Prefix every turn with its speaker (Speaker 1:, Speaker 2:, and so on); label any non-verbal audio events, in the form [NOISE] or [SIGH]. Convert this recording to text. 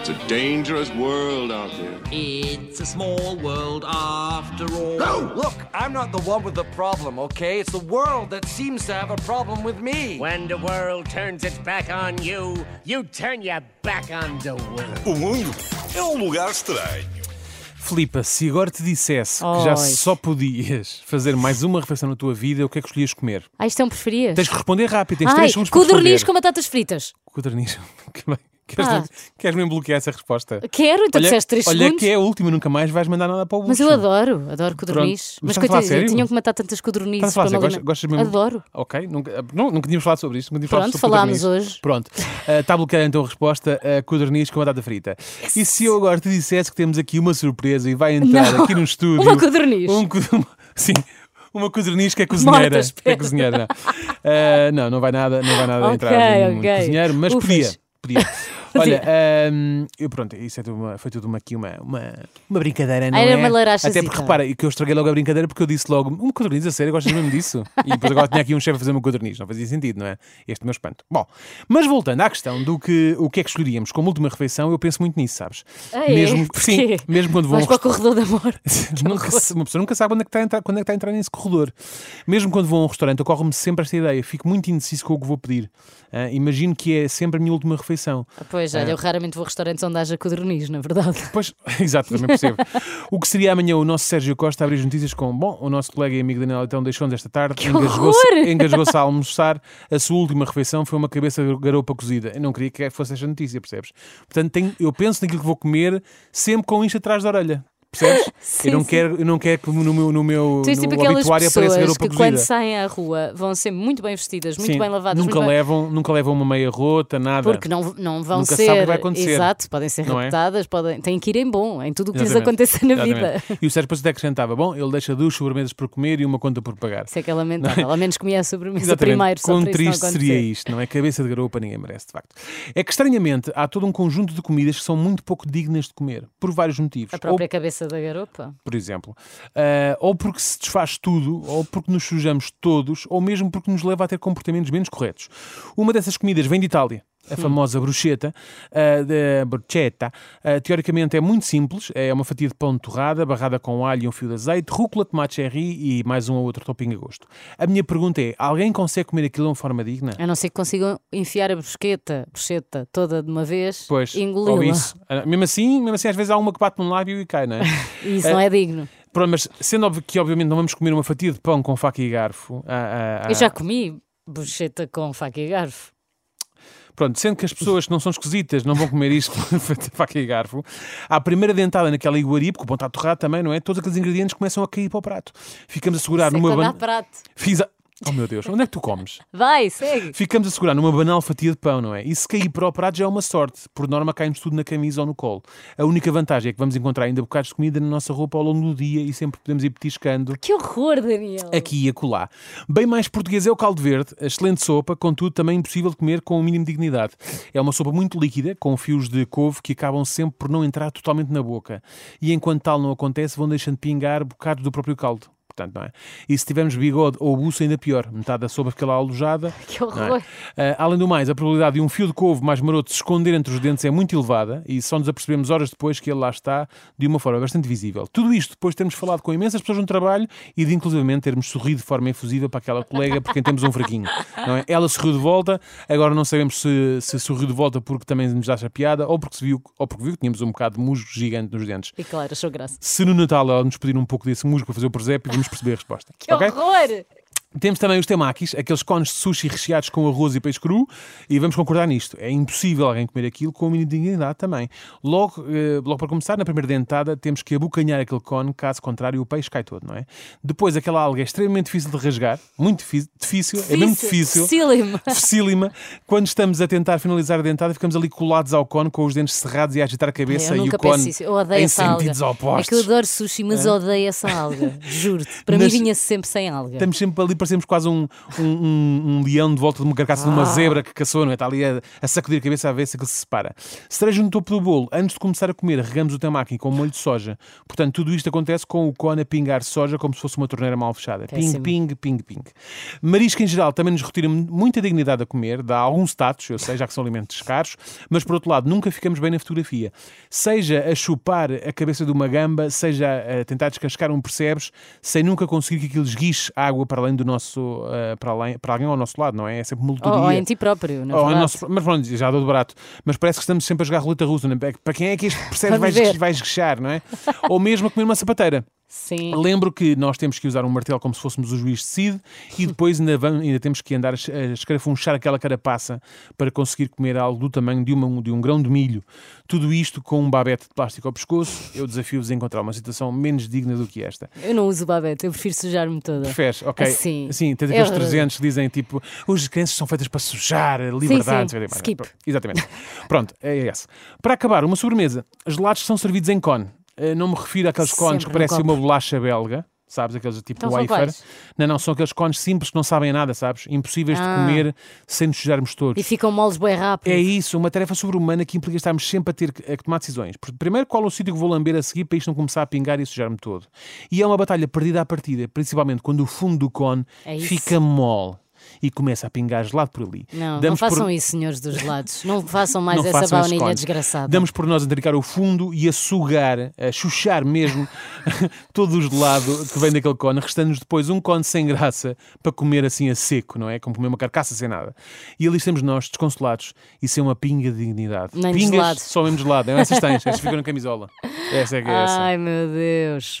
Speaker 1: It's a dangerous world out there.
Speaker 2: It's a small world after all.
Speaker 3: Look, I'm not the one with the problem, okay? It's the world that seems to have a problem with me.
Speaker 4: When the world turns its back on you, you turn your back on the world.
Speaker 5: O mundo é um lugar estranho.
Speaker 6: Filipa, se agora te dissesse que já
Speaker 7: Oi.
Speaker 6: só podias fazer mais uma refeição na tua vida, o que é que escolhias comer?
Speaker 7: Ah, isto é um preferias?
Speaker 6: Tens que responder rápido, tens
Speaker 7: Ai,
Speaker 6: 3 segundos para
Speaker 7: codorniz
Speaker 6: responder.
Speaker 7: com batatas fritas.
Speaker 6: Codorniz. [LAUGHS] Que bem. Queres,
Speaker 7: Ah.
Speaker 6: queres mesmo bloquear essa resposta?
Speaker 7: Quero, então
Speaker 6: olha,
Speaker 7: disseste 3
Speaker 6: olha
Speaker 7: segundos.
Speaker 6: que é a última, nunca mais vais mandar nada para o
Speaker 7: Mas
Speaker 6: bucho.
Speaker 7: eu adoro, adoro codorniz.
Speaker 6: Pronto, mas
Speaker 7: Mas
Speaker 6: estás a falar
Speaker 7: coitadinho,
Speaker 6: sério?
Speaker 7: tinham que matar tantas
Speaker 6: Estás a
Speaker 7: codornizes
Speaker 6: falar
Speaker 7: para
Speaker 6: sério?
Speaker 7: uma
Speaker 6: Gostas,
Speaker 7: linda-
Speaker 6: gostas mesmo?
Speaker 7: Adoro.
Speaker 6: Ok, nunca, não, nunca tínhamos falado sobre isso. Nunca tínhamos falado
Speaker 7: Pronto,
Speaker 6: sobre
Speaker 7: falámos
Speaker 6: codorniz.
Speaker 7: hoje.
Speaker 6: Pronto, Eh, está bloqueada então a resposta a codorniz com batata frita. E se eu agora te dissesse que temos aqui uma surpresa e vai entrar
Speaker 7: Não.
Speaker 6: aqui no estúdio.
Speaker 7: [LAUGHS] Uma codorniz.
Speaker 6: Um co- [LAUGHS] Sim. Uma codorniz que é cozinheira.
Speaker 7: Morta,
Speaker 6: que é
Speaker 7: espero.
Speaker 6: cozinheira. não. Eh, não, não vai nada, não vai nada
Speaker 7: Ok,
Speaker 6: entrar um
Speaker 7: ok.
Speaker 6: cozinheiro, mas
Speaker 7: Ufas.
Speaker 6: podia. Podia.
Speaker 7: [LAUGHS]
Speaker 6: Olha, ehm, eu, pronto, isso é tudo uma- foi tudo uma, aqui uma, uma, uma brincadeira, não
Speaker 7: Era
Speaker 6: é?
Speaker 7: uma larachazita.
Speaker 6: Até porque repara, e que eu estraguei logo a brincadeira porque eu disse logo, um codorniz, a sério, gostas mesmo disso? E depois agora tinha aqui um chefe a fazer uma codorniz, não fazia sentido, não é? Este meu espanto. Bom, mas voltando à questão do que, o que é que escolheríamos como última refeição, eu penso muito nisso, sabes?
Speaker 7: Ah, é? [LAUGHS]
Speaker 6: mesmo,
Speaker 7: Porquê?
Speaker 6: sim, mesmo quando vou a um
Speaker 7: Vais para o corredor da morte.
Speaker 6: [LAUGHS] Nunca se- uma pessoa nunca sabe onde é, que está a entrar, quando é que está a entrar nesse corredor. Mesmo quando vou a um restaurante, ocorre-me sempre esta ideia. Fico muito indeciso com o que vou pedir. Ah, imagino que é sempre a minha última refeição.
Speaker 7: Ah, Pois,
Speaker 6: É.
Speaker 7: olha, eu raramente vou a restaurantes onde haja codorniz, na verdade.
Speaker 6: Pois, [LAUGHS] exato, também percebo. o que seria amanhã o nosso Sérgio Costa abrir as notícias com: Bom, o nosso colega e amigo Daniel então deixou-nos esta tarde,
Speaker 7: horror! [LAUGHS]
Speaker 6: engasgou-se engasgou a almoçar. A sua última refeição foi uma cabeça de garopa cozida. Eu não queria que fosse esta notícia, percebes? Portanto, tenho- eu penso naquilo que vou comer sempre com isto atrás da orelha. Percebes?
Speaker 7: [LAUGHS] Sim,
Speaker 6: eu, não
Speaker 7: sim.
Speaker 6: quero, eu não quero que no meu, no meu
Speaker 7: Tu és
Speaker 6: no
Speaker 7: tipo aquelas
Speaker 6: obituário apareça
Speaker 7: pessoas
Speaker 6: garopa
Speaker 7: que
Speaker 6: cozida.
Speaker 7: quando saem à rua vão sempre muito bem vestidas, muito
Speaker 6: Sim,
Speaker 7: bem lavadas,
Speaker 6: Nunca,
Speaker 7: muito bem-
Speaker 6: levam, nunca levam uma meia rota, nada.
Speaker 7: Porque não, não vão
Speaker 6: Nunca
Speaker 7: ser.
Speaker 6: sabe o que vai acontecer.
Speaker 7: Exato, podem ser
Speaker 6: Não é?
Speaker 7: raptadas, podem, têm que ir em bom, em tudo o que lhes
Speaker 6: Exatamente.
Speaker 7: aconteça na vida.
Speaker 6: Exatamente. E o Sérgio depois até acrescentava: Bom, ele deixa duas sobremesas por comer e uma conta por pagar.
Speaker 7: Isso é que é lamentável. Ao menos comia a sobremesa
Speaker 6: Exatamente.
Speaker 7: primeiro, só
Speaker 6: Quão
Speaker 7: para isso não
Speaker 6: triste seria
Speaker 7: acontecer.
Speaker 6: isto, não é? Cabeça de garopa ninguém merece, de facto. É que, estranhamente, há todo um conjunto de comidas que são muito pouco dignas de comer, por vários motivos.
Speaker 7: A
Speaker 6: Ou,
Speaker 7: própria cabeça da garopa.
Speaker 6: por exemplo, ah, ou porque se desfaz tudo, ou porque nos sujamos todos, ou mesmo porque nos leva a ter comportamentos menos corretos. Uma dessas comidas vem de Itália. A famosa bruschetta, ah, da bruschetta, ah, teoricamente é muito simples, é uma fatia de pão torrada, barrada com alho e um fio de azeite, rúcula, tomate cherry e mais um ou outro topping a gosto. A minha pergunta é, alguém consegue comer aquilo de uma forma digna?
Speaker 7: A não ser que consigam enfiar a brusqueta, bruscheta toda de uma vez
Speaker 6: Pois,
Speaker 7: e
Speaker 6: ou
Speaker 7: engoli-la.
Speaker 6: isso. Ah, Mesmo assim, mesmo assim, às vezes há uma que bate num lábio e cai, não é?
Speaker 7: E isso não é digno.
Speaker 6: Pronto, mas sendo óbvio que, obviamente, não vamos comer uma fatia de pão com faca e garfo. ah, ah, ah,
Speaker 7: Eu já comi bruscheta com faca e garfo.
Speaker 6: Pronto, sendo que as pessoas que não são esquisitas não vão comer isto com [LAUGHS] faca e garfo, à primeira dentada naquela iguaria, porque o pão está torrado também, não é? Todos aqueles ingredientes começam a cair para o prato. Ficamos a segurar
Speaker 7: Isso é
Speaker 6: Tá, numa
Speaker 7: quando há
Speaker 6: banana.
Speaker 7: prato.
Speaker 6: Fiz a... Oh meu Deus, onde é que tu comes?
Speaker 7: Vai, segue.
Speaker 6: Ficamos a segurar numa banal fatia de pão, não é? E se cair para o prato já é uma sorte. Por norma, caímos tudo na camisa ou no colo. A única vantagem é que vamos encontrar ainda bocados de comida na nossa roupa ao longo do dia e sempre podemos ir petiscando
Speaker 7: Que horror, Daniel.
Speaker 6: aqui e acolá. Bem mais português é o caldo verde, a excelente sopa, contudo também impossível de comer com o mínimo de dignidade. É uma sopa muito líquida, com fios de couve que acabam sempre por não entrar totalmente na boca. E enquanto tal não acontece, vão deixando pingar bocados do próprio caldo. Portanto, não é? E se tivermos bigode ou buço, ainda pior. Metade da sopa fica lá alojada.
Speaker 7: Que horror.
Speaker 6: não é? Ah, além do mais, a probabilidade de um fio de couve mais maroto se esconder entre os dentes é muito elevada e só nos apercebemos horas depois que ele lá está de uma forma bastante visível. Tudo isto depois de termos falado com imensas pessoas no trabalho e de inclusivamente termos sorrido de forma efusiva para aquela colega por quem temos um fraquinho. não é? Ela sorriu de volta, agora não sabemos se, se sorriu de volta porque também nos acha piada ou porque, se viu, ou porque viu que tínhamos um bocado de musgo gigante nos dentes.
Speaker 7: E claro, achou graça.
Speaker 6: Se no Natal ela nos pedir um pouco desse musgo para fazer o presépio, vamos perceber a resposta.
Speaker 7: Que
Speaker 6: ok?
Speaker 7: horror!
Speaker 6: Temos também os temakis, aqueles cones de sushi recheados com arroz e peixe cru, e vamos concordar nisto. É impossível alguém comer aquilo com a mínima dignidade também. Logo, eh, logo para começar, na primeira dentada, temos que abocanhar aquele cone, caso contrário, o peixe cai todo, não é? Depois, aquela alga é extremamente difícil de rasgar, muito difí- difícil, é mesmo difícil.
Speaker 7: Dificílimo.
Speaker 6: Dificílima. Quando estamos a tentar finalizar a dentada, ficamos ali colados ao cone com os dentes cerrados e a agitar a cabeça
Speaker 7: É,
Speaker 6: e
Speaker 7: Eu nunca
Speaker 6: o cone
Speaker 7: penso isso. Eu odeio
Speaker 6: em
Speaker 7: essa
Speaker 6: sentidos
Speaker 7: alga.
Speaker 6: opostos. É? [LAUGHS]
Speaker 7: É que eu adoro sushi, mas odeio essa alga. Juro-te. Para
Speaker 6: Nas-
Speaker 7: mim vinha sempre sem alga.
Speaker 6: Estamos sempre ali ali parecemos quase um, um, um- um leão de volta de uma carcaça de uma zebra que caçou, não é? Está ali a, a sacudir a cabeça a ver se aquilo se separa. Cereja no topo do bolo, antes de começar a comer, regamos o tamaki com molho de soja. Portanto, tudo isto acontece com o cone a pingar soja como se fosse uma torneira mal fechada. Ping,
Speaker 7: Péssimo.
Speaker 6: ping, ping, ping. Marisco em geral também nos retira mu- muita dignidade a comer, dá algum status, eu sei, já que são alimentos caros, mas por outro lado, nunca ficamos bem na fotografia. Seja a chupar a cabeça de uma gamba, seja a tentar descascar um percebes, sem nunca conseguir que aquilo esguiche água para além do nosso, ah, para, além, para alguém ao nosso lado, não é? É sempre uma
Speaker 7: Ou,
Speaker 6: loteria.
Speaker 7: ou em ti próprio, não é?
Speaker 6: Ou ao
Speaker 7: verdade?
Speaker 6: nosso- Oh, mas pronto, já dou de barato. Mas parece que estamos sempre a jogar roleta russa. não é? Para quem é que
Speaker 7: [LAUGHS]
Speaker 6: este percebe vai,
Speaker 7: Vamos ver.
Speaker 6: vai esguichar, não é? Ou mesmo a comer uma sapateira.
Speaker 7: Sim.
Speaker 6: Lembro que nós temos que usar um martelo como se fôssemos o juiz de Cid e depois ainda, vamos- ainda temos que andar a es- a escarafunchar aquela carapaça para conseguir comer algo do tamanho de, uma- de um grão de milho. Tudo isto com um babete de plástico ao pescoço. Eu desafio-vos a encontrar uma situação menos digna do que esta.
Speaker 7: Eu não uso babete, eu prefiro sujar-me toda.
Speaker 6: Preferes, ok?
Speaker 7: Assim.
Speaker 6: Sim, tens
Speaker 7: É
Speaker 6: aqueles
Speaker 7: horroroso.
Speaker 6: 300 que dizem tipo, hoje as crianças são feitas para sujar, liberdade.
Speaker 7: sim.
Speaker 6: não sei o quê mais.
Speaker 7: Skip.
Speaker 6: Exatamente. [LAUGHS] Pronto, é esse. Para acabar, uma sobremesa. Gelados que são servidos em cone. Eh, Não me refiro àqueles cones
Speaker 7: Sempre
Speaker 6: que
Speaker 7: no
Speaker 6: parecem
Speaker 7: copo.
Speaker 6: uma bolacha belga. Sabes, aqueles tipo
Speaker 7: Então são
Speaker 6: wafer.
Speaker 7: quais?
Speaker 6: Não, não, são aqueles cones simples que não sabem a nada, sabes? Impossíveis de
Speaker 7: Ah.
Speaker 6: comer sem nos sujarmos todos.
Speaker 7: E ficam moles bem rápido.
Speaker 6: É isso, uma tarefa sobre-humana que implica estarmos sempre a ter que- a que tomar decisões. Porque Primeiro, qual é o sítio que vou lamber a seguir para isto não começar a pingar e sujar-me todo? E é uma batalha perdida à partida, principalmente quando o fundo do cone
Speaker 7: É isso.
Speaker 6: fica mole e começa a pingar gelado por ali.
Speaker 7: Não, não
Speaker 6: Damos por-
Speaker 7: façam isso, senhores dos lados.
Speaker 6: [LAUGHS]
Speaker 7: Não façam mais
Speaker 6: não
Speaker 7: essa
Speaker 6: façam esse
Speaker 7: baunilha
Speaker 6: cone.
Speaker 7: desgraçada.
Speaker 6: Damos por nós a tricar o fundo e a sugar, a chuchar mesmo [LAUGHS] todo o gelado que vem daquele cone, restando-nos depois um cone sem graça para comer assim a seco, não é? Como comer uma carcaça sem nada. E ali estamos nós, desconsolados, e sem uma pinga de dignidade.
Speaker 7: Nem de
Speaker 6: Pingas
Speaker 7: gelado.
Speaker 6: só mesmo gelado, não é? essas
Speaker 7: [LAUGHS]
Speaker 6: tens, essas ficam na camisola. Essa é que é essa.
Speaker 7: Ai meu Deus.